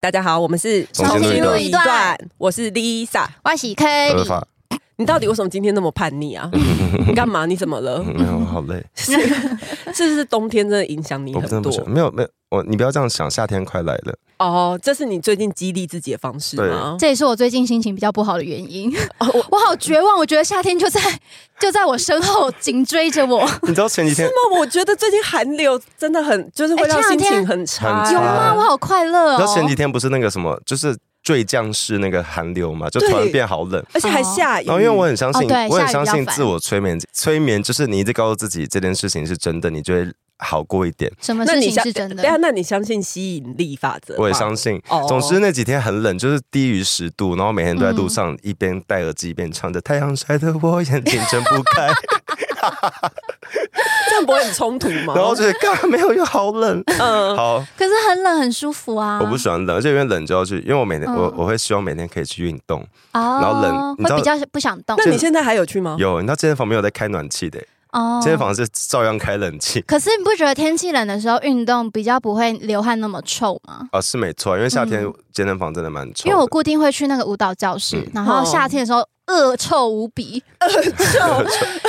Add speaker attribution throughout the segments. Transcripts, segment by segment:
Speaker 1: 大家好，我们是
Speaker 2: 重新录
Speaker 1: 重新
Speaker 2: 一段
Speaker 1: 段，我是 Lisa。
Speaker 2: 万喜 K，
Speaker 3: 合法，
Speaker 1: 你到底为什么今天那么叛逆啊？
Speaker 3: 嗯
Speaker 1: 你干嘛？你怎么了？
Speaker 3: 没有，
Speaker 2: 嗯
Speaker 3: 我嗯好 累，
Speaker 1: 是是不是冬天真的影响你
Speaker 3: 我真的
Speaker 1: 很
Speaker 3: 不
Speaker 1: 多
Speaker 3: 想，？没有，没有，我你不要这样想，夏天快来了，
Speaker 1: 哦，这是你最近激励自己的方式吗？
Speaker 2: 这也是我最近心情比较不好的原因。
Speaker 1: 哦我
Speaker 2: 我好绝望，我觉得夏天就在 就在我身后紧追着 我。
Speaker 3: 你知道前几天
Speaker 1: 那么我觉得最近寒流真的很，就是会
Speaker 2: 哎
Speaker 1: 让
Speaker 2: 这两
Speaker 1: 心
Speaker 2: 天
Speaker 1: 情很差、
Speaker 3: 很差
Speaker 2: 有吗？啊我好快乐
Speaker 3: 然后前
Speaker 2: 哦
Speaker 3: 几！天不是那个什么，就是坠降式那个寒流嘛，就突然
Speaker 1: 对
Speaker 3: 变好冷。
Speaker 1: 而且还下雨。
Speaker 3: 然后因为我很相信，
Speaker 2: 哦对
Speaker 3: 我很
Speaker 2: 下
Speaker 3: 相
Speaker 2: 雨比较
Speaker 3: 信
Speaker 2: 烦
Speaker 3: 自我催眠，催眠就是你一直告诉自己这件事情是真的，你就会好过一点。
Speaker 2: 什么
Speaker 1: 那
Speaker 2: 事
Speaker 1: 你
Speaker 2: 情
Speaker 1: 相
Speaker 2: 是真的
Speaker 1: 对？啊，那你相信吸引力法则吗？
Speaker 3: 我也相信
Speaker 1: 哦。
Speaker 3: 总之那几天很冷，就是低于十度，然后每天都在
Speaker 2: 嗯
Speaker 3: 路上一边戴耳机一边唱着《太阳晒得我眼睛睁不 开》，
Speaker 1: 这样不会很冲突吗？
Speaker 3: 然后就是
Speaker 2: 哦
Speaker 3: 干没有又好冷。
Speaker 1: 嗯，
Speaker 3: 好，
Speaker 2: 可是很冷，很舒服啊。
Speaker 3: 我不喜欢冷，而且因为冷就要去，因为我每天我
Speaker 2: 嗯
Speaker 3: 我会希望每天可以去运动。
Speaker 2: 哦，
Speaker 3: 然后冷你知道
Speaker 2: 会比较不想动
Speaker 1: 那你现在还有去吗？
Speaker 3: 有，你知道健身房没有在开暖气的，
Speaker 2: 哦
Speaker 3: 健身房是照样开冷气。
Speaker 2: 可是你不觉得天气冷的时候运动比较不会流汗那么臭吗？
Speaker 3: 啊，是没错，因为夏
Speaker 1: 嗯
Speaker 3: 天健身房真的蛮臭的。嗯
Speaker 2: 因为我固定会去那个舞蹈教室，然后夏天的时候恶臭无 比，
Speaker 1: 呃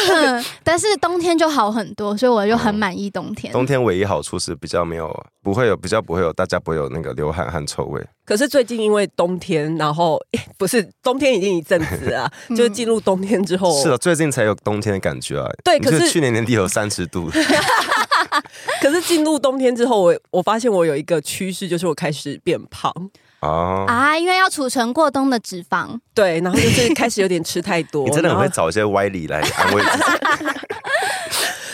Speaker 2: 嗯，但是冬天就好很多，所以我就很满意冬天。
Speaker 3: 冬天唯一好处是比较没有，不会有比较不会有，大家不会有那个流汗汗臭味。
Speaker 1: 可是最近因为冬天，然后、诶不是冬天已经一阵子了 啊，
Speaker 2: 嗯
Speaker 1: 就是进入冬天之后，
Speaker 3: 是啊，最近才有冬天的感觉啊。
Speaker 1: 哦对
Speaker 3: 你
Speaker 1: 可是
Speaker 3: 去年年底有三十 度，
Speaker 1: 可是进入冬天之后，我我发现我有一个趋势，就是我开始变胖，嗯
Speaker 3: 哦，
Speaker 2: 啊，因为要储存过冬的脂肪，
Speaker 1: 对，然后就是开始有点吃太多，
Speaker 3: 你真的
Speaker 1: 然
Speaker 3: 很会
Speaker 1: 后
Speaker 3: 找一些歪理来安慰自己。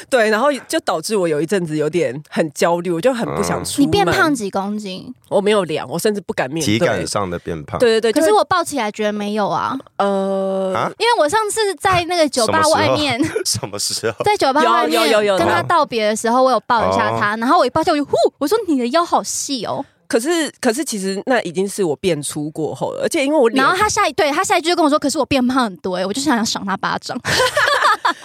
Speaker 1: 对，然后就导致我有一阵子有点很焦虑，我就很不想出
Speaker 2: 你
Speaker 1: 门。
Speaker 2: 变胖，几公斤？
Speaker 1: 我没有量，我甚至不敢面 对。
Speaker 3: 体感上的变胖，
Speaker 1: 对对对，
Speaker 2: 可
Speaker 1: 就是
Speaker 2: 我抱起来觉得没有啊，
Speaker 1: 呃，
Speaker 3: 啊
Speaker 2: 因为我上次在那个酒吧
Speaker 3: 什么时
Speaker 2: 外
Speaker 3: 候
Speaker 2: 面，
Speaker 3: 什么时候？
Speaker 2: 在酒吧外
Speaker 1: 有有有哦有
Speaker 2: 面跟他道别的时候，我有抱一下他，然后我一抱就呼，我说你的腰好细哦，
Speaker 1: 可是可是其实那已经是我变粗过后了，而且因为我脸
Speaker 2: 然后他下一对他下一句就跟我说，可是我变胖很多哎、我就想要赏他巴掌。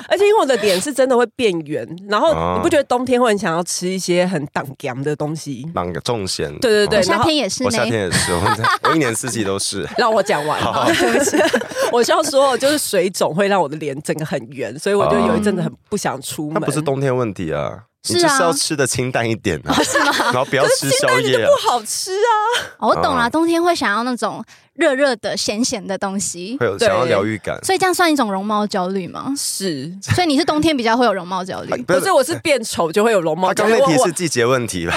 Speaker 1: 而且因为我的脸是真的会变圆，然后
Speaker 3: 哦
Speaker 1: 你不觉得冬天会很想要吃一些很挡阳的东西？
Speaker 3: 哪个重咸？
Speaker 1: 对对对
Speaker 2: 我
Speaker 3: 哦
Speaker 2: 夏天也是
Speaker 3: 我
Speaker 2: 呢
Speaker 3: 夏，天也 是，我我一年四季都是。
Speaker 1: 让我讲完，
Speaker 3: 好
Speaker 1: 对不起，我是要说，就是水肿会让我的脸整个很圆，所以我就有一阵子很不想出
Speaker 3: 那
Speaker 1: 门。
Speaker 3: 不是冬天问题啊，你
Speaker 2: 是
Speaker 3: 就
Speaker 2: 啊
Speaker 3: 是要吃的清淡一点啊，然后不要吃宵夜啊。
Speaker 1: 不好吃啊，
Speaker 2: 哦我懂了，
Speaker 3: 哦
Speaker 2: 冬天会想要那种热热的、咸咸的东西，
Speaker 3: 会有
Speaker 1: 对？
Speaker 3: 想要疗愈感。
Speaker 2: 所以这样算一种容貌焦虑吗
Speaker 1: 是
Speaker 2: 所以你是冬天比较会有容貌焦
Speaker 3: 哎
Speaker 2: 虑，
Speaker 1: 不是？我是变丑就会有容貌
Speaker 3: 他
Speaker 1: 焦
Speaker 3: 刚
Speaker 1: 虑。
Speaker 3: 那题
Speaker 1: 我
Speaker 3: 是季节问题吧？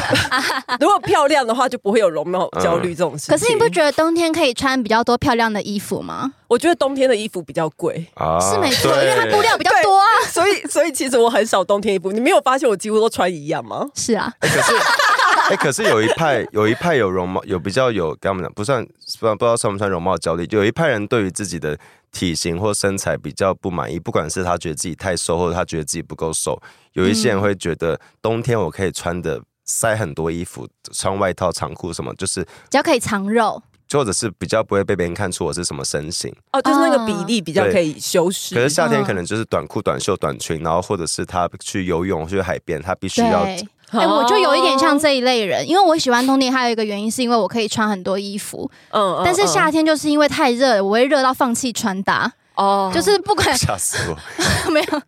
Speaker 1: 我如果漂亮的话，就不会有容貌焦虑这种事情。
Speaker 2: 可是你不觉得冬天可以穿比较多漂亮的衣服吗？
Speaker 1: 我觉得冬天的衣服比较贵，
Speaker 3: 啊
Speaker 2: 是没错，因
Speaker 3: 对
Speaker 2: 为它布料比较多啊。
Speaker 1: 所以所以其实我很少冬天衣服。你没有发现我几乎都穿一样吗？
Speaker 2: 是啊，
Speaker 3: 哎可是，哎，可是有一派 有一派有容貌有比较有，跟他们讲不算不不知道算不算容貌焦虑，有一派人对于自己的体型或身材比较不满意，不管是他觉得自己太瘦，或者他觉得自己不够瘦，有一些人会觉得冬天我可以穿的塞很多衣服，穿外套、长裤什么，就是
Speaker 2: 只要可以藏肉，
Speaker 3: 或者是比较不会被别人看出我是什么身形。
Speaker 1: 哦，就是那个比例比较可以修饰。
Speaker 3: 啊可是夏天
Speaker 2: 嗯
Speaker 3: 可能就是短裤、短袖、短裙，然后或者是他去游泳、去海边，他必须
Speaker 2: 对，
Speaker 3: 要
Speaker 2: 哎、
Speaker 1: 哦
Speaker 2: 我就有一点像这一类人，因为我喜欢冬天，还有一个原因是因为我可以穿很多衣服，
Speaker 1: 嗯，嗯
Speaker 2: 但是夏
Speaker 1: 嗯
Speaker 2: 天就是因为太热了，我会热到放弃穿搭，
Speaker 1: 哦
Speaker 2: 就是不管
Speaker 3: 吓死 我。
Speaker 2: 没有，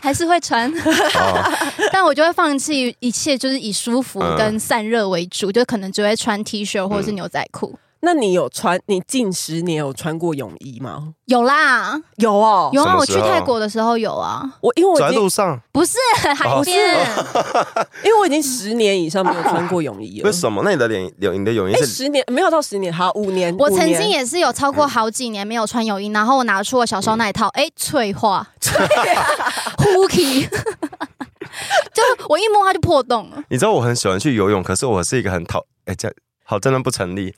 Speaker 2: 还是会穿，
Speaker 3: 哦，
Speaker 2: 但我就会放弃一切，就是以舒服
Speaker 3: 嗯
Speaker 2: 跟散热为主，就可能只会穿 T 恤或者是牛仔裤。
Speaker 1: 那你有穿？你近十年有穿过泳衣吗？
Speaker 2: 有啦，
Speaker 1: 有哦，
Speaker 2: 有啊！
Speaker 3: 什
Speaker 2: 我
Speaker 3: 么时
Speaker 2: 去
Speaker 3: 候
Speaker 2: 泰国的时候有啊，
Speaker 1: 我因为我
Speaker 3: 走在
Speaker 1: 已经
Speaker 3: 路上，
Speaker 2: 不是
Speaker 3: 哦
Speaker 2: 海边，
Speaker 1: 因为我已经十年以上没有穿过泳衣了。
Speaker 3: 为什么？那你的脸泳，你的泳衣
Speaker 1: 哎、
Speaker 3: 是
Speaker 1: 十年没有到十年，好五年。
Speaker 2: 我
Speaker 1: 五
Speaker 2: 曾
Speaker 1: 年
Speaker 2: 经也是有超过好几年没有穿泳衣，然后我拿出我小时候那一套，
Speaker 3: 嗯
Speaker 2: 哎、脆化，呼气，就我一摸它就破洞了。
Speaker 3: 你知道我很喜欢去游泳，可是我是一个很讨哎、这样好真的不成立。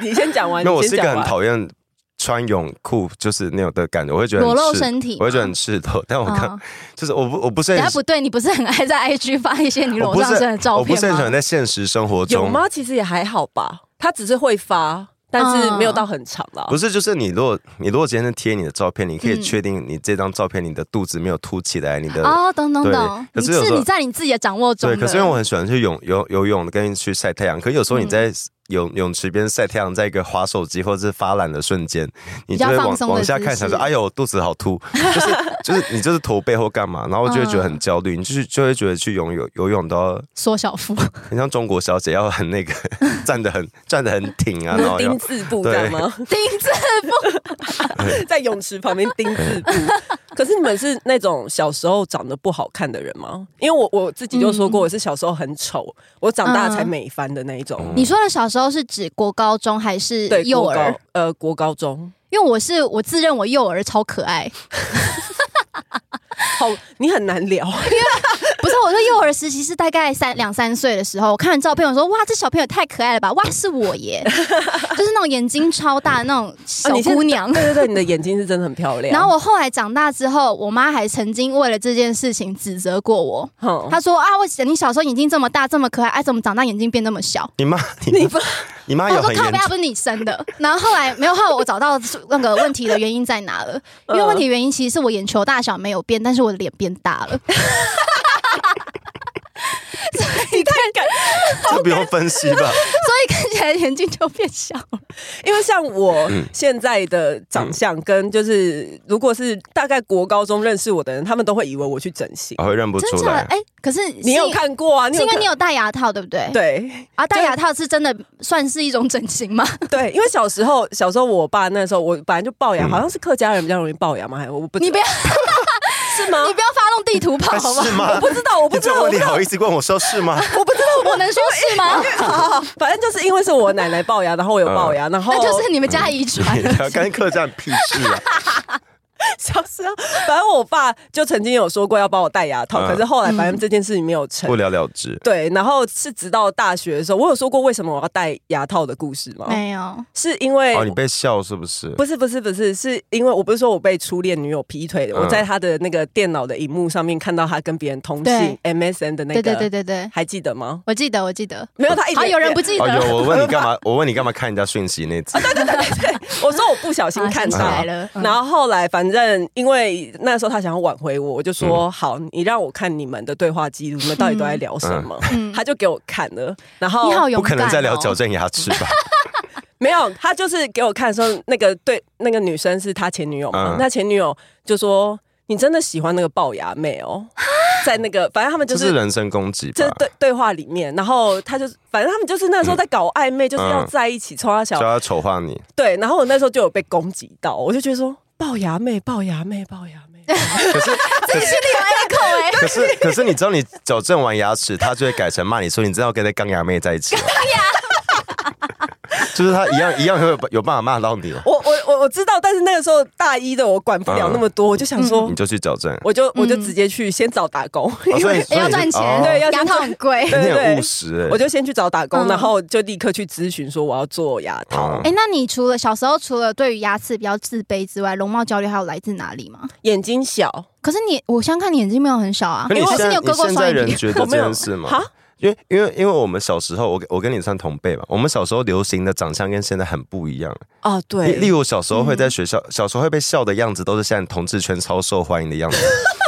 Speaker 1: 你先讲
Speaker 2: 啊
Speaker 1: 完，
Speaker 3: 那我
Speaker 1: 你
Speaker 3: 是
Speaker 1: 先
Speaker 3: 一个
Speaker 1: 讲
Speaker 3: 很
Speaker 1: 完。
Speaker 3: 讨厌穿泳裤，就是那种的感觉，我会觉得很
Speaker 2: 裸露
Speaker 3: 赤
Speaker 2: 身体
Speaker 3: 我会觉得很赤裸。但我看、
Speaker 2: 啊
Speaker 3: 就是我不我不是
Speaker 2: 等
Speaker 3: 很
Speaker 2: 下不对，你不是很爱在 IG 发一些你
Speaker 3: 我
Speaker 2: 裸
Speaker 3: 不
Speaker 2: 上
Speaker 3: 是
Speaker 2: 身的照
Speaker 3: 我不
Speaker 2: 片
Speaker 3: 是很喜欢
Speaker 2: 吗？
Speaker 3: 在现实生活
Speaker 1: 有
Speaker 3: 中。
Speaker 1: 吗？其实也还好吧，他只是会发，但是没有到很长啦。
Speaker 3: 嗯不是，就是你如果你如果今天是贴你的照片，你可以
Speaker 2: 嗯
Speaker 3: 确定你这张照片你的肚子没有凸起来，你的、
Speaker 2: 哦，懂懂
Speaker 3: 对
Speaker 2: 懂，
Speaker 3: 可
Speaker 2: 你
Speaker 3: 是有时
Speaker 2: 是
Speaker 3: 候
Speaker 2: 你在你自己的掌握中
Speaker 3: 对。
Speaker 2: 的。嗯
Speaker 3: 可是因为我很喜欢去泳游游泳跟去晒太阳，可是有时候你在泳泳池边晒太阳，在一个划手机或者是发懒的瞬间，你就
Speaker 2: 较
Speaker 3: 会
Speaker 2: 放
Speaker 3: 往
Speaker 2: 松的
Speaker 3: 往下
Speaker 2: 姿
Speaker 3: 看，想说
Speaker 2: 势
Speaker 3: 哎呦肚子好凸，就是就是你就是驼背或干嘛，然后就会觉得
Speaker 2: 嗯
Speaker 3: 很焦虑，你就是就会觉得去游泳游泳都要
Speaker 2: 缩小 腹，
Speaker 3: 很像中国小姐，要很那个 站得很站得很挺 啊，然
Speaker 1: 那
Speaker 3: 后要
Speaker 1: 丁字步这样吗？
Speaker 2: 丁字
Speaker 1: 在泳池旁边丁字
Speaker 3: 嗯
Speaker 1: 步。可是你们是那种小时候长得不好看的人吗？因为我我自己就说
Speaker 2: 嗯
Speaker 1: 过，我是小时候很丑，我长大才美翻的那一种。
Speaker 2: 你说的小时候是指国高中还是
Speaker 1: 对，
Speaker 2: 嗯幼
Speaker 1: 国
Speaker 2: 儿
Speaker 1: 高？呃国高中，
Speaker 2: 因为我是我自认我幼儿超可爱，
Speaker 1: 好，你很难聊。
Speaker 2: 不是我说幼儿时期是大概三两三岁的时候，我看照片我说哇这小朋友太可爱了吧，哇是我 耶，就是那种眼睛超大的那种 小
Speaker 1: 啊你现在
Speaker 2: 姑娘。
Speaker 1: 对对啊对，你的眼睛是真的很漂亮。
Speaker 2: 然后我后来长大之后，我妈还曾经为了这件事情指责过我。
Speaker 1: 哼，
Speaker 2: 她说啊，我你小时候眼睛这么大，这么可爱，哎、怎么长大眼睛变那么小？
Speaker 3: 你妈
Speaker 1: 你
Speaker 3: 你妈
Speaker 1: 不
Speaker 3: 你
Speaker 1: 哎
Speaker 3: 妈
Speaker 2: 我
Speaker 3: 有
Speaker 2: 说
Speaker 3: 很
Speaker 2: 靠
Speaker 3: 严
Speaker 2: 背啊
Speaker 3: 重
Speaker 2: 不是你生的。然后后来没有，后来我找到那个问题的原因在 哪了。
Speaker 1: 嗯
Speaker 2: 因为问题原因其实是我眼球大小没有变，但是我的脸变大 了。
Speaker 1: 你太敢，
Speaker 3: 这不用分析吧？
Speaker 2: 所以看起来眼睛就变小了。
Speaker 1: 因为像我现在的长相跟就是，如果是大概国高中认识我的人，他们都会以为我去整形。
Speaker 3: 哦我会认不
Speaker 2: 真
Speaker 3: 出
Speaker 2: 假的
Speaker 3: 来？。
Speaker 2: 哎、可是
Speaker 1: 你有
Speaker 2: 是
Speaker 1: 看过啊？
Speaker 2: 是因为
Speaker 1: 看
Speaker 2: 你有戴牙套，对不对？
Speaker 1: 对，
Speaker 2: 啊，戴牙套是真的算是一种整形吗？
Speaker 1: 对，因为小时候，小时候我爸那时候我本来就龅牙，好像是客家人比较容易龅牙嘛，还我不知
Speaker 2: 嗯你不要，
Speaker 1: 是吗
Speaker 2: 你？不要发动地图炮，好不
Speaker 3: 哎是
Speaker 2: 好？
Speaker 3: 吗
Speaker 1: 我？不知道，我不
Speaker 3: 你
Speaker 1: 知
Speaker 3: 这
Speaker 1: 道，
Speaker 3: 个
Speaker 1: 我
Speaker 3: 问
Speaker 1: 不
Speaker 3: 题
Speaker 1: 知道，
Speaker 3: 好意思问我说 是吗？
Speaker 1: 我不知道，
Speaker 2: 我能说是吗？
Speaker 1: 好好好，反正就是因为是我奶奶龅牙，然后
Speaker 3: 嗯
Speaker 1: 我有龅牙，然后
Speaker 2: 那就是你们家遗 传了。
Speaker 3: 跟客栈屁事啊！
Speaker 1: 小时候，反正我爸就曾经有说过要帮我戴牙套，
Speaker 3: 嗯
Speaker 1: 可是后来反正这件事情没有成
Speaker 3: 不。了了之。
Speaker 1: 对，然后是直到大学的时候，我有说过为什么我要戴牙套的故事吗？
Speaker 2: 没有，
Speaker 1: 是因为
Speaker 3: 哦，你被笑是不是？
Speaker 1: 哎不是不是不是，是因为我不是说我被初恋女友劈腿的，
Speaker 3: 嗯
Speaker 1: 我在他的那个电脑的荧幕上面看到他跟别人通信 MSN 的那
Speaker 2: 对
Speaker 1: 个，
Speaker 2: 对对对对，
Speaker 1: 还记得吗？
Speaker 2: 我记得，我记得。
Speaker 1: 没有，他一点
Speaker 2: 好，有人不记得
Speaker 3: 哦，
Speaker 2: 了，
Speaker 3: 有我问你干嘛？ 我问你干嘛看人家讯息那
Speaker 1: 啊
Speaker 3: 次？
Speaker 1: 我说我不小心
Speaker 2: 啊
Speaker 1: 看
Speaker 2: 想起
Speaker 1: 到。
Speaker 2: 来了。嗯
Speaker 1: 然后后来，反正因为那时候他想要挽回我，我就说、
Speaker 3: 嗯
Speaker 1: 好，你让我看你们的对话记录，你们到底都在聊什么？
Speaker 2: 嗯
Speaker 1: 他就给我看了，然后
Speaker 2: 你好
Speaker 3: 不
Speaker 2: 勇
Speaker 3: 可
Speaker 2: 敢、哦，
Speaker 3: 能在聊矫正牙齿吧？
Speaker 1: 没有，他就是给我看的时候，那个对那个女生是他前女友嘛，
Speaker 3: 嗯
Speaker 1: 那前女友就说你真的喜欢那个龅牙妹哦，在那个反正他 们就
Speaker 3: 啊这
Speaker 1: 是
Speaker 3: 是人身攻击
Speaker 1: 这
Speaker 3: 吧？
Speaker 1: 对对话里面，然后他就反正他们就是那时候在搞暧昧，就是
Speaker 3: 嗯
Speaker 1: 要在一起，冲他
Speaker 3: 就
Speaker 1: 小
Speaker 3: 要丑化你，
Speaker 1: 对，然后我那时候就有被攻击到，我就觉得说龅牙妹，龅牙妹，龅牙妹，
Speaker 3: 可是可是
Speaker 2: 口哎、
Speaker 3: 可是可是你知道你矫正完牙齿，他就会改成骂你说你知道跟那钢牙妹在一起吗？ 就是他一样一样会有有办法骂到你，
Speaker 1: 我我我我知道，但是那个时候大一的我管不了那么多，我就想说，
Speaker 3: 你就去矫正。
Speaker 1: 我就我就直接去先找打工，
Speaker 3: 哦所以所以
Speaker 2: 要
Speaker 3: 你
Speaker 2: 赚钱，
Speaker 3: 哦
Speaker 1: 对要
Speaker 2: 牙
Speaker 1: 先
Speaker 2: 套很贵。
Speaker 1: 对
Speaker 3: 你
Speaker 1: 对
Speaker 3: 很务实
Speaker 1: 我
Speaker 3: 哎。
Speaker 1: 就先去找打工，
Speaker 2: 嗯
Speaker 1: 然后就立刻去咨询说我要做牙套。
Speaker 3: 嗯
Speaker 2: 哎、那你除了小时候除了对于牙齿比较自卑之外，容貌焦虑还有来自哪里吗？
Speaker 1: 眼睛小，
Speaker 2: 可是你，我想看你眼睛没有很小啊，
Speaker 3: 可你
Speaker 2: 还
Speaker 3: 现
Speaker 2: 是
Speaker 3: 在
Speaker 2: 有割
Speaker 3: 你
Speaker 2: 过
Speaker 3: 现
Speaker 2: 双
Speaker 3: 在
Speaker 2: 眼
Speaker 3: 人
Speaker 2: 皮？
Speaker 3: 觉得这件事吗
Speaker 1: 哈？
Speaker 3: 因为因为因为我们小时候，我跟我跟你算同辈嘛，我们小时候流行的长相跟现在很不一样。
Speaker 1: 啊，
Speaker 3: 例
Speaker 1: 对，
Speaker 3: 例如我小时候会
Speaker 2: 嗯
Speaker 3: 在学校，小时候会被笑的样子，都是现在同志圈超受欢迎的样子，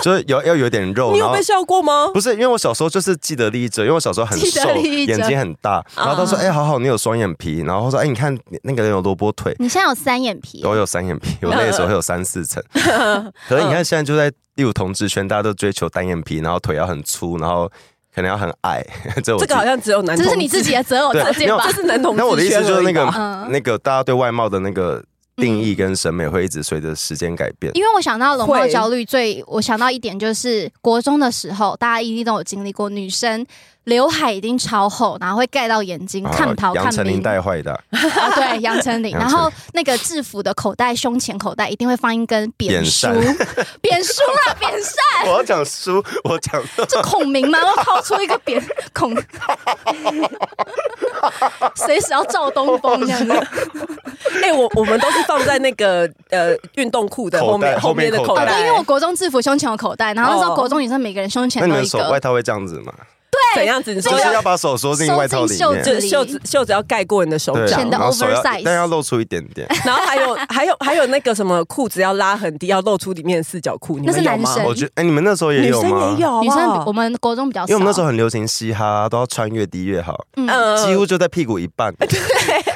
Speaker 3: 就是有要有点肉，
Speaker 1: 你有
Speaker 3: 然后
Speaker 1: 被笑过吗？
Speaker 3: 不是因为我小时候就是既得利益者，因为我小时候很
Speaker 2: 既得
Speaker 3: 瘦，
Speaker 2: 利益者啊
Speaker 3: 眼睛很大，然后他说哎、好好你有双眼皮，然后说哎、你看你那个人有萝卜腿，
Speaker 2: 你现在有三眼皮，
Speaker 3: 我有三眼皮，我那个时候会有三四 层。可
Speaker 1: 嗯
Speaker 3: 是你看现在就在例如同志圈，大家都追求单眼皮，然后腿要很粗，然后可能要很矮，这我
Speaker 1: 这
Speaker 3: 自己
Speaker 1: 个好像只有男同
Speaker 2: 这
Speaker 1: 志，
Speaker 2: 是你自己啊的择偶条件 吧
Speaker 1: 这？是男同志
Speaker 3: 那我的意思就是
Speaker 1: 圈而
Speaker 3: 那
Speaker 1: 已
Speaker 3: 个
Speaker 1: 吧嗯
Speaker 2: 嗯
Speaker 3: 那个大家对外貌的那个定义跟审美会一直随着时间改变。
Speaker 2: 因为我想到容貌
Speaker 1: 会
Speaker 2: 焦虑最，我想到一点就是国中的时候，大家一定都有经历过，女生刘海一定超厚，然后会盖到眼睛，看不
Speaker 3: 啊
Speaker 2: 到
Speaker 3: 杨
Speaker 2: 看
Speaker 3: 丞
Speaker 2: 鼻
Speaker 3: 琳
Speaker 2: 啊，
Speaker 3: 带坏的 啊
Speaker 2: 对，杨丞琳。
Speaker 3: 杨丞琳
Speaker 2: 然后那个制服的口袋，胸前口袋一定会放一根扁梳，扁梳啊，扁扇，
Speaker 3: 我要讲书，我讲
Speaker 2: 这孔明嘛，我掏出一个扁孔， 随时要照东风这样子。
Speaker 1: 哎、我我们都是放在那个呃运动裤的后面
Speaker 3: 口袋
Speaker 1: 后面的口
Speaker 3: 后面口
Speaker 2: 哦，
Speaker 1: 袋，
Speaker 2: 对，因为我国中制服胸前有口袋，然后那时候
Speaker 1: 哦
Speaker 2: 国中女生每个人胸前
Speaker 3: 那你
Speaker 2: 都有
Speaker 3: 们
Speaker 2: 一
Speaker 3: 手外
Speaker 2: 个，
Speaker 3: 套会这样子吗？
Speaker 1: 怎样子？你
Speaker 3: 就
Speaker 1: 说
Speaker 3: 是
Speaker 1: 要
Speaker 3: 要把手缩进外套里
Speaker 2: 收进袖
Speaker 3: 面
Speaker 2: 子，
Speaker 1: 就是袖子袖子要盖过你的手
Speaker 3: 对，啊
Speaker 1: 掌
Speaker 2: 显，得
Speaker 3: 然后手要
Speaker 2: oversize
Speaker 3: 但要露出一点点。
Speaker 1: 然后还 有还有还有那个什么裤子要拉很低，要露出里面的四角裤，你们
Speaker 2: 那是
Speaker 1: 有吗
Speaker 2: 男生
Speaker 3: 我觉得，哎，你们那时候也
Speaker 1: 女
Speaker 3: 有
Speaker 1: 生
Speaker 3: 吗？
Speaker 1: 也有，啊好
Speaker 2: 女
Speaker 1: 不好
Speaker 2: 生比我们国中比较少，
Speaker 3: 因为我们那时候很流行嘻哈，都要穿越低越好，
Speaker 1: 呃
Speaker 2: 嗯
Speaker 3: 几乎就在屁股一半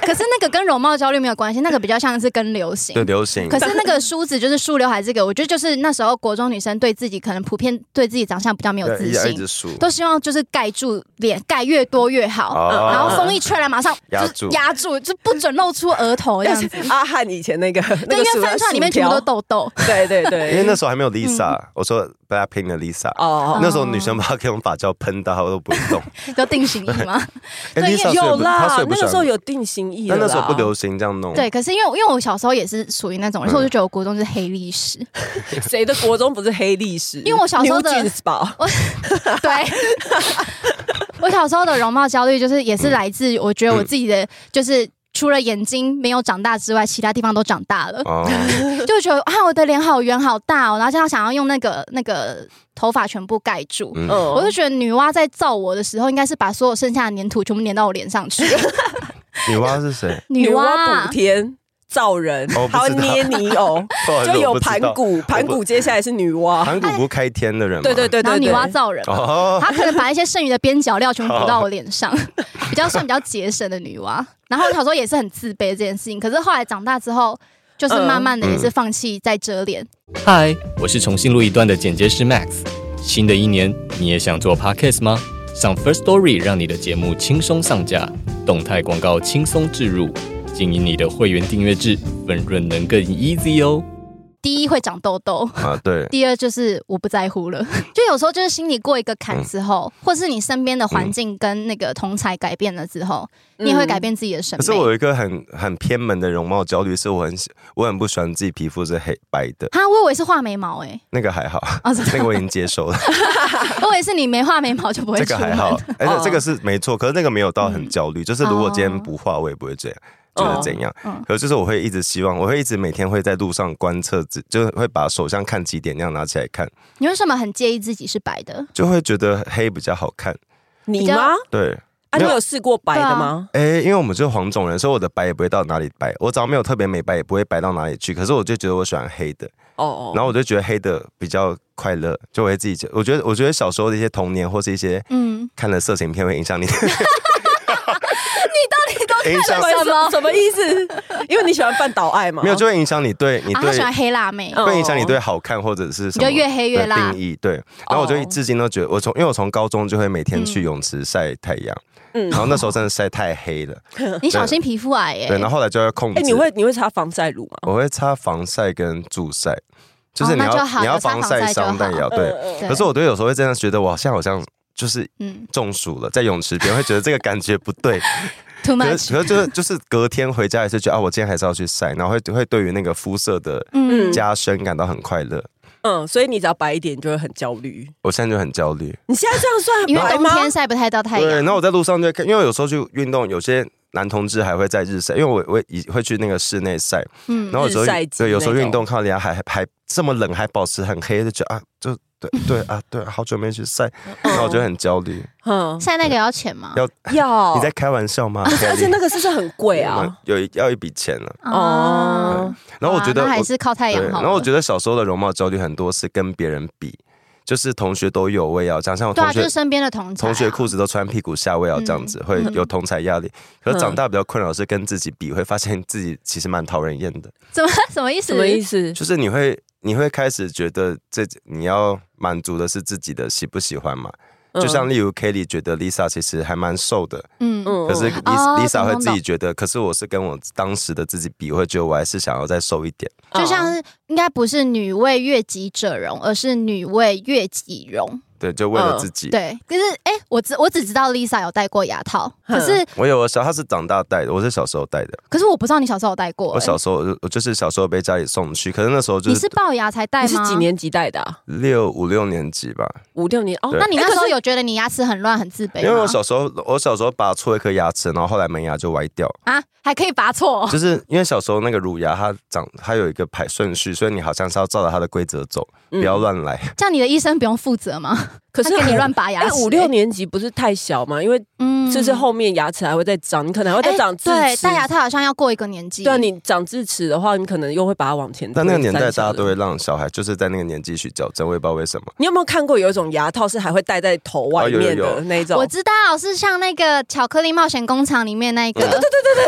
Speaker 2: 可是那个跟容貌焦虑没有关系，那个比较像是跟流行
Speaker 3: 的。流行。
Speaker 2: 可是那个梳子就是梳刘海这个，我觉得就是那时候国中女生对自己可能普遍对自己长相比较没有
Speaker 3: 对
Speaker 2: 自
Speaker 3: 一直一
Speaker 2: 信
Speaker 3: 直，数，
Speaker 2: 都希望就是盖住脸，盖越多越好。
Speaker 3: 哦
Speaker 2: 然后风一吹来，马上
Speaker 3: 压
Speaker 2: 就是
Speaker 3: 住
Speaker 2: 压住，就不准露出额头这
Speaker 1: 但 是
Speaker 2: 样子。
Speaker 1: 阿汉以前那个那个
Speaker 2: 对，因为
Speaker 1: 薯
Speaker 2: 饭串里面全部都，痘痘。
Speaker 1: 薯条对对对，
Speaker 3: 因为那时候还没有 Lisa，、我说 Blackpink 的 Lisa，、
Speaker 1: 嗯哦，
Speaker 3: 那时候女生把她给我们发胶喷到，她都不会 动。
Speaker 2: 就定型衣 吗？
Speaker 3: 哎
Speaker 2: 对
Speaker 3: Lisa
Speaker 1: 有啦
Speaker 3: 她，睡
Speaker 1: 那
Speaker 3: 不
Speaker 1: 个
Speaker 3: 着
Speaker 1: 时候，有定型液了
Speaker 3: 但
Speaker 1: 啦，
Speaker 3: 那时候不流行这样弄。
Speaker 2: 对，可是因为因为我小时候也是属于那
Speaker 3: 嗯
Speaker 2: 种人，所以我就觉得我国中是黑历史。
Speaker 1: 谁的国中不是黑历史？
Speaker 2: 因为我小时候的
Speaker 1: New Jeans 吧，
Speaker 2: 对，我小时候的容貌焦虑就是也是
Speaker 1: 嗯
Speaker 2: 来自于我觉得我自己的就是。除了眼睛没有长大之外，其他地方都长大 了，
Speaker 3: 哦，
Speaker 2: 就觉得啊，我的脸好圆好大哦，然后加上想要用那个那个头发全部盖住，
Speaker 3: 嗯
Speaker 1: 嗯，
Speaker 2: 我就觉得女娲在造我的时候，应该是把所有剩下的粘土全部粘到我脸 上去。啊
Speaker 3: 女娲是谁？
Speaker 1: 女娲补天。造人
Speaker 3: 哦，不
Speaker 1: 还有
Speaker 3: 知道
Speaker 1: 捏泥 偶，
Speaker 3: 不好意思
Speaker 1: 就有
Speaker 3: 我不知
Speaker 1: 盘
Speaker 3: 道
Speaker 1: 古，盘古接下来是女娲，
Speaker 3: 盘古不是开天的人吗？
Speaker 1: 对对对
Speaker 2: 然后
Speaker 1: 对
Speaker 2: 女娲
Speaker 1: 对，
Speaker 2: 造人，
Speaker 3: 哦，
Speaker 2: 她可能把一些剩余的边角料全部补到我 脸上，比较算比较节省的女娲。然后我小时候也是很自卑这件事情，可是后来长大之后，就是慢慢的也是放弃在遮脸。
Speaker 3: 嗯
Speaker 4: 嗨，我是重新录一段的剪接师 Max。新的一年，你也想做 Podcast 吗？上 First Story 让你的节目轻松上架，动态广告轻松置入，经营你的会员订阅制，分润能更 easy 哦。
Speaker 2: 第一会长痘痘，
Speaker 3: 啊 对，
Speaker 2: 第二就是我不在乎了。 就有时候就是心里过一个坎之
Speaker 3: 嗯
Speaker 2: 后，或是你身边的环境跟那个同才改变了之后，你也会改变自己的审
Speaker 3: 嗯可是
Speaker 2: 美
Speaker 3: 我。有一个很很偏门的容貌焦虑，是我很喜我很不喜欢自己皮肤是黑白的，
Speaker 2: 哈，我以为是画眉毛诶、
Speaker 3: 那个还好，
Speaker 2: 哦真的
Speaker 3: 那个我已经接受了，
Speaker 2: 我以为是你没画眉毛就不 会
Speaker 3: 这个
Speaker 2: 出门。嗯
Speaker 3: 还好，而
Speaker 1: 哦
Speaker 3: 且这个是没错，可是那个没有到很焦虑，就是如果今天不画，我也不会这样。就是怎样，
Speaker 2: 哦嗯
Speaker 3: 可是就是我会一直希望，我会一直每天会在路上观测自，就是会把手相看几点那样拿起来看，
Speaker 2: 你为什么很介意自己是白的？
Speaker 3: 就会觉得黑比较好看。
Speaker 1: 你
Speaker 2: 比较
Speaker 1: 吗？
Speaker 3: 对，
Speaker 1: 啊，
Speaker 3: 没
Speaker 1: 你
Speaker 3: 有
Speaker 1: 有试过白的吗？
Speaker 3: 哎、因为我们就是黄种人，所以我的白也不会到哪里白，我只要没有特别美白，也不会白到哪里去。可是我就觉得我喜欢黑的，
Speaker 2: 啊
Speaker 1: 哦
Speaker 3: 然后我就觉得黑的比较快乐，就我会自己觉，我觉得我觉得小时候的一些童年或是一些
Speaker 2: 嗯，
Speaker 3: 看了色情片会影响你，
Speaker 2: 你到底
Speaker 3: 影响
Speaker 2: 为什么
Speaker 1: 什么意思？ 因为你喜欢半岛爱嘛？
Speaker 3: 没有就会影响你对你
Speaker 2: 啊，
Speaker 3: 对
Speaker 2: 他喜欢哦黑辣妹，
Speaker 1: 嗯
Speaker 3: 会影响你对好看或者是什
Speaker 2: 你
Speaker 3: 么
Speaker 2: 就越黑越
Speaker 3: 的
Speaker 2: 辣
Speaker 3: 定。义。对，然后
Speaker 2: 哦
Speaker 3: 我就至今都觉得，我从因为我从高中就会每天去泳池晒太阳，
Speaker 1: 嗯
Speaker 3: 然后那时候真的晒太黑了，
Speaker 2: 你小心皮肤欸癌耶、
Speaker 3: 对，然后后来就要控制。
Speaker 1: 哎，你会你会擦防晒乳吗？
Speaker 3: 我会擦防晒跟助晒，就是
Speaker 2: 哦
Speaker 3: 你
Speaker 2: 那
Speaker 3: 要、
Speaker 2: 就好
Speaker 3: 你要
Speaker 2: 有擦
Speaker 3: 防
Speaker 2: 防
Speaker 3: 晒
Speaker 2: 晒就
Speaker 3: 伤，但也要
Speaker 1: 好
Speaker 3: 对。
Speaker 1: 嗯
Speaker 2: 对
Speaker 3: 可是我对有时候会这样觉得，我好像好像就是
Speaker 2: 嗯
Speaker 3: 中暑了，在泳池边会觉得这个感觉不对。
Speaker 2: ，too
Speaker 3: 可
Speaker 2: much，
Speaker 3: 是可是就是就是隔天回家也是觉得啊，我今天还是要去晒，然后会会对于那个肤色的
Speaker 2: 嗯，
Speaker 3: 加深感到很快乐。
Speaker 1: 嗯，所以你只要白一点，你就会很焦虑。
Speaker 3: 我现在就很焦虑，
Speaker 1: 你现在这样算
Speaker 2: 因为
Speaker 1: 白
Speaker 2: 冬
Speaker 1: 吗？
Speaker 2: 天晒不太到太
Speaker 3: 对。
Speaker 2: 阳
Speaker 3: 然，后我在路上就会看，因为有时候去运动，有些男同志还会在日晒，因为我我也会去那个室内晒，
Speaker 2: 嗯
Speaker 3: 然后有时候
Speaker 1: 日晒机
Speaker 3: 对有时候
Speaker 1: 那种
Speaker 3: 运动看到人家还还还这么冷，还保持很黑，就觉得啊，就对对啊对，好久没去晒，
Speaker 2: 嗯
Speaker 3: 然后我就很焦虑。
Speaker 1: 嗯，
Speaker 2: 晒那个要钱吗？
Speaker 3: 要
Speaker 1: 要
Speaker 2: 哦
Speaker 3: 你在开玩笑吗？而
Speaker 1: 而且那个是不是很贵啊？
Speaker 3: 有一要一笔钱了。
Speaker 2: 哦，
Speaker 3: 然后我觉得
Speaker 2: 哇那还
Speaker 3: 我
Speaker 2: 是靠太阳
Speaker 3: 对，
Speaker 2: 哎好了。
Speaker 3: 然后我觉得小时候的容貌焦虑很多是跟别人比，就是同学都有，我也要这样。像我
Speaker 2: 对
Speaker 3: 同
Speaker 2: 啊，就
Speaker 3: 学
Speaker 2: 是身边的同才啊嗯
Speaker 3: 同学裤子都穿屁股下，我也要这样子，会有同才压力。可是长大比较困扰是跟自己比，会发现自己其实蛮讨人厌 的，
Speaker 2: 怎么什么意 思？
Speaker 1: 什么意思？
Speaker 3: 就是你会你会开始觉得这你要满足的是自己的喜不喜欢嘛。就像例如 Kelly 觉得 Lisa 其实还蛮瘦的，
Speaker 2: 嗯
Speaker 1: 嗯
Speaker 3: 可是
Speaker 2: 嗯
Speaker 3: Lisa
Speaker 2: 哦
Speaker 3: Lisa
Speaker 2: 懂
Speaker 3: 会
Speaker 2: 懂
Speaker 3: 自己觉得，可是我是跟我当时的自己比，我会觉得我还是想要再瘦一点。
Speaker 1: 啊嗯
Speaker 2: 就像是应该不是女为悦己者容，而是女为悦己容。
Speaker 3: 对，就为了
Speaker 1: 嗯
Speaker 3: 自己。
Speaker 2: 对，可是哎、我只我只知道 Lisa 有戴过牙套，可是
Speaker 3: 我有我小，他是长大戴的，我是小时候戴的。
Speaker 2: 可是我不知道你小时候有戴过、
Speaker 3: 我
Speaker 2: 哎
Speaker 3: 小时候我就我就是小时候被家里送去，可是那时候就
Speaker 2: 你是
Speaker 3: 是
Speaker 2: 龅牙才戴
Speaker 1: 你
Speaker 2: 吗？
Speaker 1: 是几？年级带的啊？
Speaker 3: 六五六年级吧，
Speaker 1: 五六年哦，
Speaker 3: 对
Speaker 2: 那你
Speaker 1: 哎
Speaker 2: 那
Speaker 1: 可
Speaker 2: 时候
Speaker 1: 是
Speaker 2: 有觉得你牙齿很乱、很自卑吗？
Speaker 3: 因为我小时候我小时候拔错一颗牙齿，然后后来门牙就歪掉，
Speaker 2: 啊，还可以拔错、哦
Speaker 3: 就是因为小时候那个乳牙它长它有一个排顺序，所以你好像是要照着它的规则走，不要乱来。
Speaker 2: 这样你的医生不用负责吗？
Speaker 1: 可是
Speaker 2: 他给你
Speaker 1: 我
Speaker 2: 乱拔牙
Speaker 1: 哎
Speaker 2: 齿、
Speaker 1: 五六，年级不是太小嘛，因为
Speaker 2: 嗯
Speaker 1: 就是后面牙齿还会再长，你可能还会再长智
Speaker 2: 哎对，
Speaker 1: 齿。
Speaker 2: 戴牙套好像要过一个年纪，
Speaker 1: 对啊，你长智齿的话，你可能又会把它往前。
Speaker 3: 但那个年代，
Speaker 1: 三小
Speaker 3: 大家
Speaker 1: 的
Speaker 3: 都会让小孩就是在那个年纪去矫正，我也不知道为什么。
Speaker 1: 你有没有看过有一种牙套是还会戴在头外
Speaker 3: 哦有有
Speaker 1: 面
Speaker 3: 有
Speaker 1: 的那一种？
Speaker 2: 我知道是像那个《巧克力冒险工厂》里面那一个，
Speaker 3: 嗯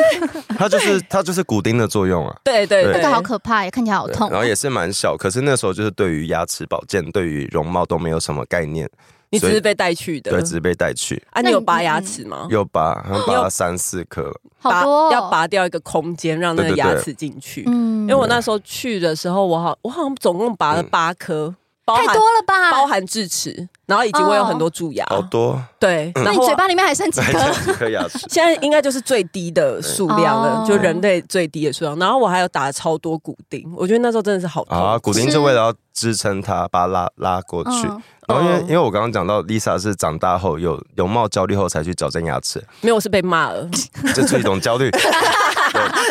Speaker 3: 它就是它就是骨钉的作用啊。
Speaker 1: 对对
Speaker 3: 对
Speaker 1: 对，
Speaker 2: 那个好可怕耶，看起来好
Speaker 3: 对
Speaker 2: 痛。
Speaker 3: 然后也是蛮小，可是那时候就是对于牙齿保健、对于容貌都没有什么概念，
Speaker 1: 你只
Speaker 3: 所以
Speaker 1: 是被带去的。
Speaker 3: 对，只是被带去，
Speaker 1: 啊，
Speaker 2: 那
Speaker 1: 你有
Speaker 2: 你嗯
Speaker 1: 拔牙齿吗？
Speaker 3: 又拔，好像拔
Speaker 1: 有
Speaker 3: 了三四颗，
Speaker 2: 好
Speaker 1: 拔
Speaker 2: 多哦、
Speaker 1: 要拔掉一个空间，让那
Speaker 3: 对
Speaker 1: 个
Speaker 3: 对对
Speaker 1: 牙齿进去。
Speaker 2: 嗯，
Speaker 1: 因为我那时候去的时候，我好我好像总共拔了
Speaker 3: 嗯
Speaker 1: 八颗，包
Speaker 2: 太
Speaker 1: 含
Speaker 2: 多了吧？
Speaker 1: 包含智齿，然后以及我有很多蛀牙。
Speaker 3: 好多，
Speaker 1: 对，
Speaker 3: 嗯
Speaker 2: 那
Speaker 1: 然
Speaker 2: 你
Speaker 1: 后。
Speaker 2: 嘴巴里面还剩几
Speaker 3: 还
Speaker 2: 颗？
Speaker 3: 剩几颗牙 齿
Speaker 1: 现在应该就是最低的数量了，
Speaker 2: 哦
Speaker 1: 就人类最低的数量。然后我还有打了超多骨钉，我觉得那时候真的是好痛。
Speaker 3: 啊，骨钉
Speaker 2: 是
Speaker 3: 就为了要支撑它，把它拉拉过去。
Speaker 2: 嗯
Speaker 3: 然后因为
Speaker 1: 嗯
Speaker 3: 因为我刚刚讲到，Lisa 是长大后有容貌焦虑后才去矫正牙齿，
Speaker 1: 没有，我是被骂了。
Speaker 3: 这是一种焦 虑。对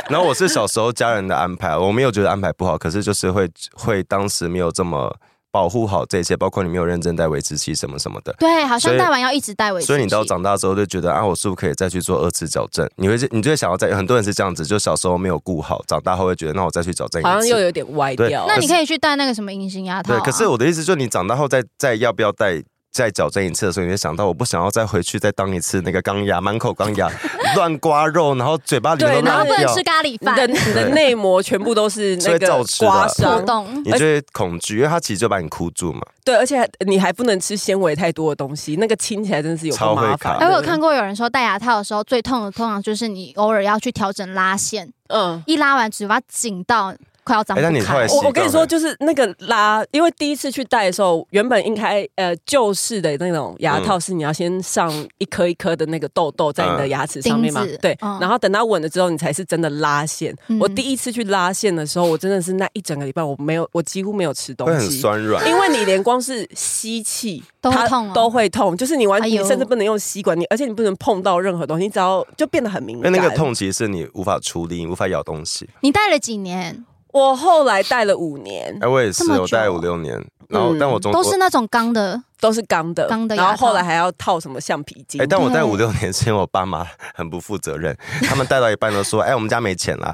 Speaker 3: 然后我是小时候家人的安排，我没有觉得安排不好，可是就是会会当时没有这么保护好这些，包括你没有认真戴维持器什么什么的。
Speaker 2: 对，好
Speaker 3: 所
Speaker 2: 像
Speaker 3: 以
Speaker 2: 戴完要一直戴维持器。
Speaker 3: 所以你到长大之后就觉得啊，我是不是可以再去做二次矫正？你会你就会想要再，很多人是这样子，就小时候没有顾好，长大后会觉得那我再去矫正一次。
Speaker 1: 好像又有点歪掉。
Speaker 2: 那你可以去戴那个什么隐形牙套、
Speaker 3: 对
Speaker 2: 啊。，
Speaker 3: 可是我的意思就是，你长大后再再要不要戴再矫正一次的时候，你会想到我不想要再回去再当一次那个钢牙，满口钢牙，乱刮肉，然后嘴巴里面都
Speaker 1: 对
Speaker 2: 然后
Speaker 3: 烂
Speaker 2: 不能
Speaker 3: 掉
Speaker 2: 吃，咖喱
Speaker 1: 你的
Speaker 2: 饭，
Speaker 1: 你的内膜全部都是
Speaker 3: 所
Speaker 1: 那
Speaker 3: 以
Speaker 1: 个
Speaker 3: 照吃的啊
Speaker 1: 刮
Speaker 2: 破
Speaker 1: 伤，
Speaker 2: 洞。
Speaker 3: 你就会恐惧，因为它其实就把你箍住嘛。
Speaker 1: 对，而且你还不能吃纤维太多的东西，那个亲起来真的是有够麻
Speaker 3: 超会卡
Speaker 1: 烦。
Speaker 2: 哎，我有看过有人说戴牙套的时候最痛的，通常就是你偶尔要去调整拉线，
Speaker 1: 嗯。
Speaker 2: 一拉完嘴巴紧到快要张不
Speaker 3: 哎
Speaker 2: 开。
Speaker 3: 那你后来
Speaker 1: 我
Speaker 3: 习惯
Speaker 1: 我跟你
Speaker 3: 了
Speaker 1: 说，就是那个拉，因为第一次去戴的时候，原本应该呃旧式的那种
Speaker 3: 嗯
Speaker 1: 牙套是你要先上一颗一颗的那个痘痘在
Speaker 3: 嗯
Speaker 1: 你的牙齿上面嘛
Speaker 2: 钉子，
Speaker 1: 对，
Speaker 2: 嗯
Speaker 1: 然后等它稳了之后，你才是真的拉线
Speaker 2: 嗯。
Speaker 1: 我第一次去拉线的时候，我真的是那一整个礼拜我没有，我几乎没有吃东
Speaker 3: 会很
Speaker 1: 西，
Speaker 3: 酸软。
Speaker 1: 因为你连光是吸气
Speaker 2: 都会
Speaker 1: 它
Speaker 2: 痛哦
Speaker 1: 都会痛，就是你完
Speaker 2: 哎
Speaker 1: 你
Speaker 2: 呦
Speaker 1: 甚至不能用吸管，你而且你不能碰到任何东西，你只要就变得很敏
Speaker 3: 因为
Speaker 1: 感。
Speaker 3: 那个，痛其实是你无法处理，你无法咬东西。
Speaker 2: 你戴了几年？我
Speaker 1: 我后来戴了五年
Speaker 3: 哎，，我也是，
Speaker 2: 这么久
Speaker 3: 我戴五六年，然后
Speaker 1: 嗯
Speaker 3: 但我总
Speaker 2: 都是那种钢的，
Speaker 1: 都是钢的，
Speaker 2: 钢的牙
Speaker 1: 然
Speaker 2: 套
Speaker 1: 后后来还要套什么橡皮筋
Speaker 3: 哎、。但我戴
Speaker 2: 对
Speaker 3: 五六年前，我爸妈很不负责任，他们戴到一半都说：“哎、我们家没钱啦。”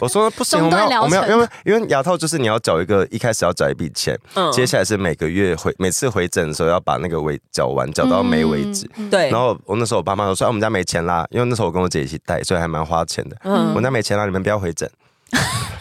Speaker 3: 我说：“不行，我们
Speaker 2: 中断
Speaker 3: 要，我们要，
Speaker 2: 疗程
Speaker 3: 因为因为牙套就是你要缴一个，一开始要缴一笔钱，
Speaker 1: 嗯
Speaker 3: 接下来是每个月回每次回诊的时候要把那个尾缴完，缴到没为止。
Speaker 2: 嗯。
Speaker 1: 对，
Speaker 3: 然后我那时候我爸妈就说：“哎、我们家没钱啦。”因为那时候我跟我姐一起戴，所以还蛮花钱的。
Speaker 1: 嗯
Speaker 3: 我家没钱啦，你们不要回诊。
Speaker 2: 嗯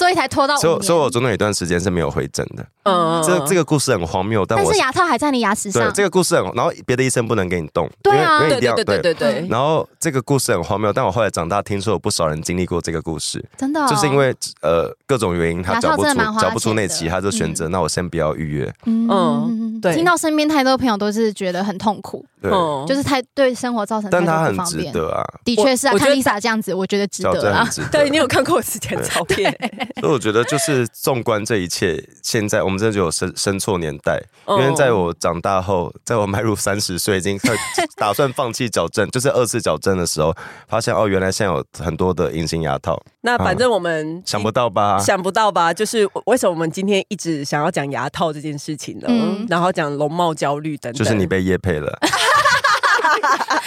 Speaker 2: 所以才拖到
Speaker 3: 所以
Speaker 2: 五
Speaker 3: 我，所以我中
Speaker 2: 年。
Speaker 3: 间有一段时间是没有回诊的。
Speaker 1: 嗯
Speaker 3: 这这
Speaker 1: 个
Speaker 3: 个故事很荒谬，但
Speaker 2: 但
Speaker 3: 我
Speaker 2: 是牙套还在你牙齿
Speaker 3: 对
Speaker 2: 上
Speaker 3: 这，个故事很，然后别的医生不能给你动，
Speaker 2: 对
Speaker 3: 因为
Speaker 2: 啊
Speaker 3: 因为
Speaker 1: 对
Speaker 3: 一定要
Speaker 1: 对对对对
Speaker 2: 哎
Speaker 1: 对，
Speaker 3: 然后这个故事很荒谬，但我后来长大听说有不少人经历过这个故事，
Speaker 2: 真的哦。
Speaker 3: 就是因为呃各种原因他
Speaker 2: 牙套
Speaker 3: 找不
Speaker 2: 真
Speaker 3: 出
Speaker 2: 的蛮花
Speaker 3: 找不出
Speaker 2: 钱
Speaker 3: 那
Speaker 2: 的嗯
Speaker 3: 期，他就选择、那我先不要预约。
Speaker 1: 嗯对
Speaker 2: 听到身边太多朋友都是觉得很痛苦，
Speaker 3: 对，
Speaker 1: 嗯
Speaker 2: 就是太对生活造成哦太
Speaker 3: 但他
Speaker 2: 多不
Speaker 3: 很
Speaker 2: 方
Speaker 3: 值
Speaker 2: 便。
Speaker 3: 得啊，
Speaker 2: 的确是啊，
Speaker 1: 我我
Speaker 2: 看
Speaker 1: 觉得
Speaker 2: Lisa 这样子，我觉得值
Speaker 3: 矫正
Speaker 2: 得
Speaker 3: 很
Speaker 2: 啊。
Speaker 3: 值 得。
Speaker 1: 对你有看过我之前的照片？
Speaker 3: 所以我觉得就是纵观这一切，现在我们真的就有生生错年代，
Speaker 2: 哦
Speaker 3: 因为
Speaker 1: 嗯
Speaker 3: 在我长大后，在我迈入三十岁，已经快 打算放弃矫正，就是二次矫正的时候，发现哦，原来现在有很多的隐形牙套，
Speaker 1: 那反正我们
Speaker 3: 嗯想不到啊吧？
Speaker 1: 想不到吧？就是为什么我们今天一直想要讲牙套这件事情呢？
Speaker 2: 嗯
Speaker 1: 然后讲容貌焦虑等等，
Speaker 3: 就是你被业配 了。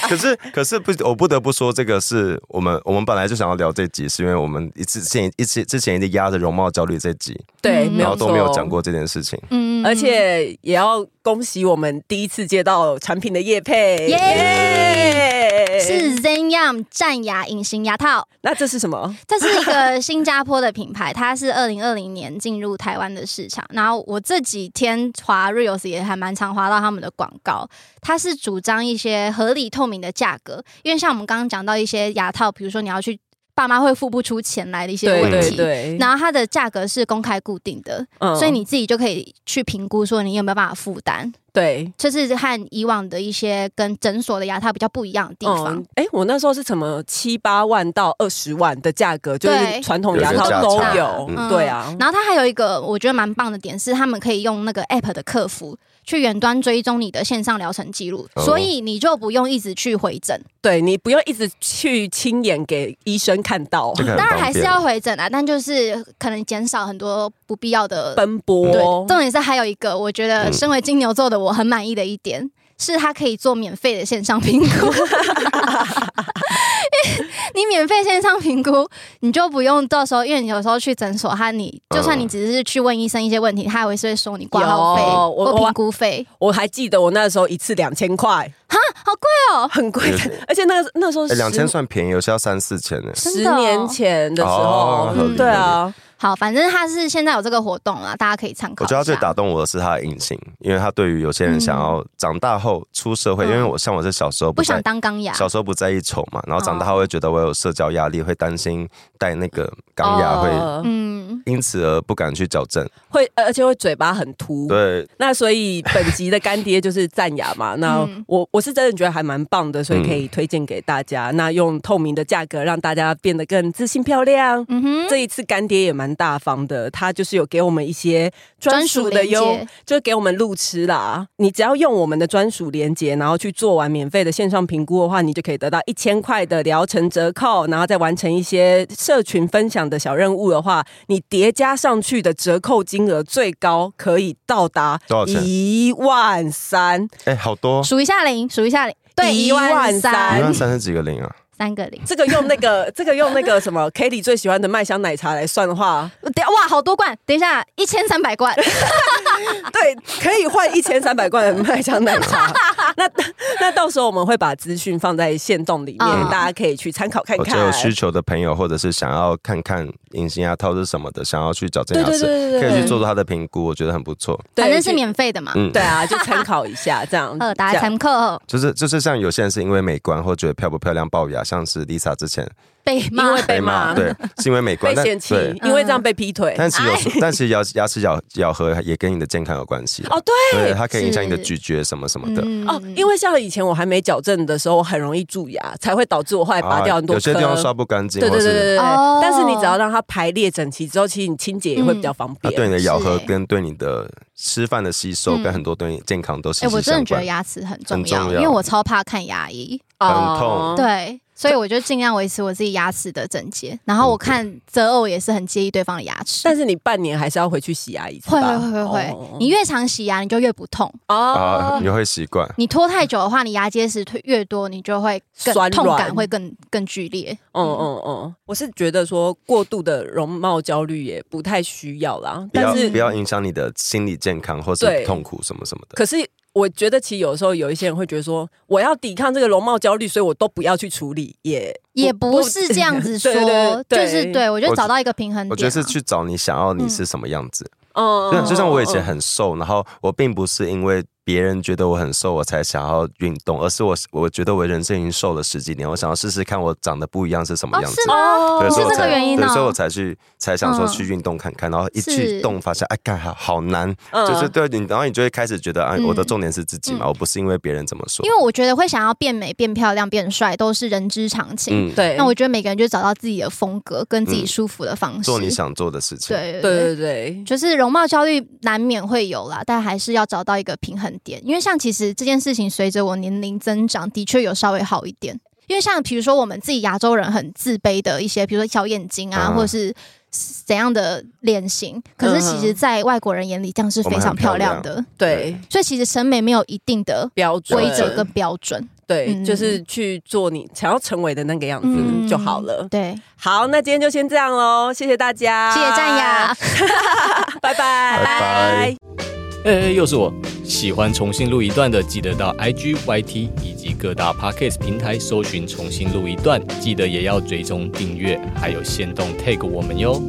Speaker 3: 可是，可是不，我不得不说，这个是我们我们本来就想要聊这集，是因为我们一次之前一次之前一直压着容貌焦虑这集，
Speaker 1: 对，
Speaker 2: 嗯
Speaker 1: 没有
Speaker 3: 然后都
Speaker 1: 错
Speaker 3: 没有讲。过这件事情。
Speaker 2: 嗯
Speaker 1: 而且也要恭喜我们第一次接到产品的业配，
Speaker 2: 耶
Speaker 1: 耶
Speaker 2: 是 Zenyum 战牙隐形牙套，
Speaker 1: 那这是什么？
Speaker 2: 这是一个新加坡的品牌，它是二零二零年进入台湾的市场。然后我这几天滑 Reels 也还蛮常滑到他们的广告，它是主张一些合理透明的价格，因为像我们刚刚讲到一些牙套，比如说你要去爸妈会付不出钱来的一些
Speaker 1: 对
Speaker 2: 问题。
Speaker 1: 对对，
Speaker 2: 然后它的价格是公开固定的，
Speaker 1: 嗯
Speaker 2: 所以你自己就可以去评估说你有没有办法负担。
Speaker 1: 对
Speaker 2: 这是和以往的一些跟诊所的牙套比较不一样的地方。
Speaker 1: 嗯，哎、我那时候是什么七八万到二十万的价格，就是
Speaker 2: 对
Speaker 1: 传统
Speaker 3: 有
Speaker 1: 牙
Speaker 3: 一个
Speaker 1: 套
Speaker 3: 价
Speaker 1: 都
Speaker 3: 差
Speaker 1: 有，
Speaker 3: 嗯
Speaker 1: 对啊，
Speaker 2: 然后它还有一个我觉得蛮棒的点是，他们可以用那个 app 的客服去远端追踪你的线上疗程记录，
Speaker 3: 哦
Speaker 2: 所以你就不用一直去回诊。
Speaker 1: 对你不用一直去亲眼给医生看到
Speaker 3: 这个很
Speaker 2: 嗯当然还
Speaker 3: 方
Speaker 2: 是
Speaker 3: 便
Speaker 2: 要回诊啊，但就是可能减少很多不必要的
Speaker 1: 奔
Speaker 3: 嗯
Speaker 2: 对
Speaker 1: 波，，
Speaker 2: 重点是还有一个，我觉得身为金牛座的我很满意的一点。是它可以做免费的线上评估，因 为你免费线上评估，你就不用到时候，因为你有时候去诊所，他你就算你只是去问医生一些问题，他还会是会收你挂号费
Speaker 1: 有我
Speaker 2: 或评估费，
Speaker 1: 我还记得我那时候一次两千块，
Speaker 2: 好贵哦！
Speaker 1: 很贵
Speaker 3: 有
Speaker 1: 的，而且那个那时候
Speaker 3: 哎，
Speaker 1: 十
Speaker 3: 两千算便宜，有些要三四千呢。
Speaker 1: 十
Speaker 2: 哦
Speaker 1: 年前的时候
Speaker 3: 哦，
Speaker 2: 合理
Speaker 1: 对啊，
Speaker 2: 好，反正它是现在有这个活动啦，大家可以参
Speaker 3: 我
Speaker 2: 考一下。
Speaker 3: 觉得他最打动我的是他的硬性，因为他对于有些人想要长大后出社会，
Speaker 2: 嗯
Speaker 3: 因为我像我是小时候
Speaker 2: 不
Speaker 3: 在
Speaker 2: 想当钢牙，
Speaker 3: 小时候不在意丑嘛，然后长大后会觉得我有社交压力，会担心戴那个钢牙
Speaker 2: 哦
Speaker 3: 会，
Speaker 1: 呃
Speaker 2: 嗯，
Speaker 3: 因此而不敢去矫正。
Speaker 1: 会，呃而且会嘴巴很凸。
Speaker 3: 对，
Speaker 1: 那所以本集的干爹就是赞雅嘛，那
Speaker 2: 嗯
Speaker 1: 我我是真的觉得还蛮棒的，所以可以推荐给大家。那用透明的价格让大家变得更自信漂亮。
Speaker 2: 嗯哼，
Speaker 1: 这一次干爹也蛮大方的，他就是有给我们一些专属的
Speaker 2: 专属
Speaker 1: 优
Speaker 2: 链接，
Speaker 1: 就给我们路痴啦。你只要用我们的专属连接，然后去做完免费的线上评估的话，你就可以得到一千块的疗程折扣，然后再完成一些社群分享的小任务的话，你叠加上去的折扣金额最高可以到达
Speaker 3: 多少钱
Speaker 1: 一万三，
Speaker 3: 哎，好多，
Speaker 2: 嗯数一下零，数一下零，对，
Speaker 1: 一
Speaker 2: 一
Speaker 1: 万
Speaker 2: 万
Speaker 1: 三
Speaker 3: 一万
Speaker 2: 三，
Speaker 3: 三是几个零啊？
Speaker 2: 三个零。
Speaker 1: 这个用那个这个用那个什么 Kitty 最喜欢的麦香奶茶来算的话，
Speaker 2: 等哇，好多罐！等一下，一千三百罐，
Speaker 1: 对，可以换一千三百罐的麦香奶 茶。那那到时候我们会把资讯放在线动里面，
Speaker 2: 嗯
Speaker 1: 大家可以去参考看
Speaker 3: 我觉
Speaker 1: 看。
Speaker 3: 得有需求的朋友，或者是想要看看隐形牙套是什么的，想要去矫正牙
Speaker 1: 对对对
Speaker 3: 齿，
Speaker 1: 对
Speaker 3: 可
Speaker 1: 对
Speaker 3: 以去做做他的评估，我觉得很不错。
Speaker 1: 对
Speaker 2: 反正是。免费的嘛。。
Speaker 3: 嗯，
Speaker 1: 对啊，就参考一下这样
Speaker 2: 呃，大
Speaker 1: 这样
Speaker 2: 家参考
Speaker 3: 就是就是像有些人是因为美观或觉得漂不漂亮龅牙，像是 Lisa 之前
Speaker 2: 被
Speaker 1: 因
Speaker 2: 骂
Speaker 1: 为。被骂
Speaker 3: 对，是因为美观
Speaker 1: 被
Speaker 3: 但
Speaker 1: 嫌弃哎
Speaker 3: 对，，
Speaker 1: 因为这样被劈腿。
Speaker 3: 但其实有时，但其实牙牙齿咬咬合也跟你的健康有关系。
Speaker 1: 哦，对。
Speaker 3: 对，它可以影响你的
Speaker 2: 是
Speaker 3: 咀嚼什么什么的。
Speaker 2: 嗯
Speaker 1: 哦，因为像以前我还没矫正的时候，我很容易蛀牙，才会导致我后来哎拔掉很多
Speaker 3: 啊有些
Speaker 1: 颗。
Speaker 3: 地方刷不干净，
Speaker 1: 对对
Speaker 3: 或
Speaker 1: 对对
Speaker 3: 是
Speaker 1: 对对。
Speaker 2: 哦嗯
Speaker 1: 但是你只要让它排列整齐之后，其实你清洁也会比较方
Speaker 3: 它
Speaker 1: 便。
Speaker 3: 啊对你的咬合
Speaker 2: 是欸
Speaker 3: 跟对你的吃饭的吸收
Speaker 2: 嗯
Speaker 3: 跟很多对你健康都息
Speaker 2: 哎，
Speaker 3: 息
Speaker 2: 我真的
Speaker 3: 相
Speaker 2: 觉
Speaker 3: 关
Speaker 2: 得。牙齿很重
Speaker 3: 很
Speaker 2: 要，
Speaker 3: 重要
Speaker 2: 因为我超怕看牙医。
Speaker 1: 哦
Speaker 3: 很痛
Speaker 2: 对，所以我就尽量维持我自己牙齿的整洁。然后我看择偶也是很介意对方的牙齿。
Speaker 1: 但是你半年还是要回去洗牙一次
Speaker 2: 会
Speaker 1: 吧。
Speaker 2: 会会会会
Speaker 1: 哦，
Speaker 2: 你越常洗牙，你就越不痛。
Speaker 3: 啊，
Speaker 1: 哦
Speaker 3: 你，会习惯。
Speaker 2: 你拖太久的话，你牙结石退越多，你就会更
Speaker 1: 酸
Speaker 2: 痛
Speaker 1: 软
Speaker 2: 感会更更剧烈。
Speaker 1: 嗯嗯嗯，我是觉得说过度的容貌焦虑也不太需要啦，
Speaker 3: 不要
Speaker 1: 但
Speaker 2: 是
Speaker 3: 不要影响你的心理健康或
Speaker 1: 对
Speaker 3: 是痛苦什么什么的。
Speaker 1: 可是我觉得其实有时候有一些人会觉得说，我要抵抗这个容貌焦虑，所以我都不要去处理，也
Speaker 2: 也不 是这样子说，
Speaker 1: 对对对
Speaker 2: 就是对我觉得
Speaker 3: 我
Speaker 2: 找到一个平衡点啊、
Speaker 3: 我觉得是去找你想要你是什么样子。
Speaker 1: 嗯
Speaker 3: 对，就像我以前很
Speaker 2: 嗯
Speaker 3: 瘦，然后我并不是因为别人觉得我很瘦我才想要运动，而是我我觉得我人生已经瘦了十几年，我想要试试看我长得不一样是什么
Speaker 2: 哦，
Speaker 3: 样子。
Speaker 2: 是吗？
Speaker 3: 对，
Speaker 2: 是
Speaker 3: 所以我
Speaker 2: 这个
Speaker 3: 才
Speaker 2: 原因
Speaker 3: 对，所以我
Speaker 2: 哦。
Speaker 3: 才去才想说
Speaker 2: 嗯
Speaker 3: 去运动看看，然后一
Speaker 2: 是
Speaker 3: 去动发现，哎，干好好难，
Speaker 1: 嗯
Speaker 3: 就是对你，然后你就会开始觉得，啊，
Speaker 2: 嗯
Speaker 3: 我的重点是自己嘛，
Speaker 2: 嗯
Speaker 3: 我不是因为别人怎么说
Speaker 2: 因，为我觉得会想要变美、变漂亮、变帅，都是人之常情。
Speaker 3: 嗯，
Speaker 1: 对，
Speaker 2: 那我觉得每个人就找到自己的风格跟自己
Speaker 3: 嗯
Speaker 2: 舒服的方式。
Speaker 3: 做你想做的事情，，
Speaker 2: 对
Speaker 1: 对
Speaker 2: 对
Speaker 1: 对
Speaker 2: 对。
Speaker 1: 对，
Speaker 2: 就是容貌焦虑难免会有啦，但还是要找到一个平衡点。因为像其实这件事情随着我年龄增长，的确有稍微好一点。因为像比如说我们自己亚洲人很自卑的一些，比如说小眼睛啊，
Speaker 3: 啊
Speaker 2: 或者是怎样的脸型，可是其实，在外国人眼里这样是非常漂亮的。
Speaker 1: 对
Speaker 2: 所以其实审美没有一定的
Speaker 1: 标准
Speaker 2: 规则跟标准。
Speaker 1: 对，
Speaker 2: 嗯
Speaker 1: 就是去做你想要成为的那个样子就好了。
Speaker 2: 对，
Speaker 1: 好，那今天就先这样喽，谢谢大家，
Speaker 2: 谢谢赞
Speaker 1: 啊
Speaker 2: 雅，，
Speaker 1: 拜拜，
Speaker 3: 拜拜。
Speaker 4: 哎、哎，又是我！喜欢重新录一段的，记得到 IG、YT 以及各大 Podcast 平台搜寻“重新录一段”，记得也要追踪订阅，还有限动 tag 我们哟。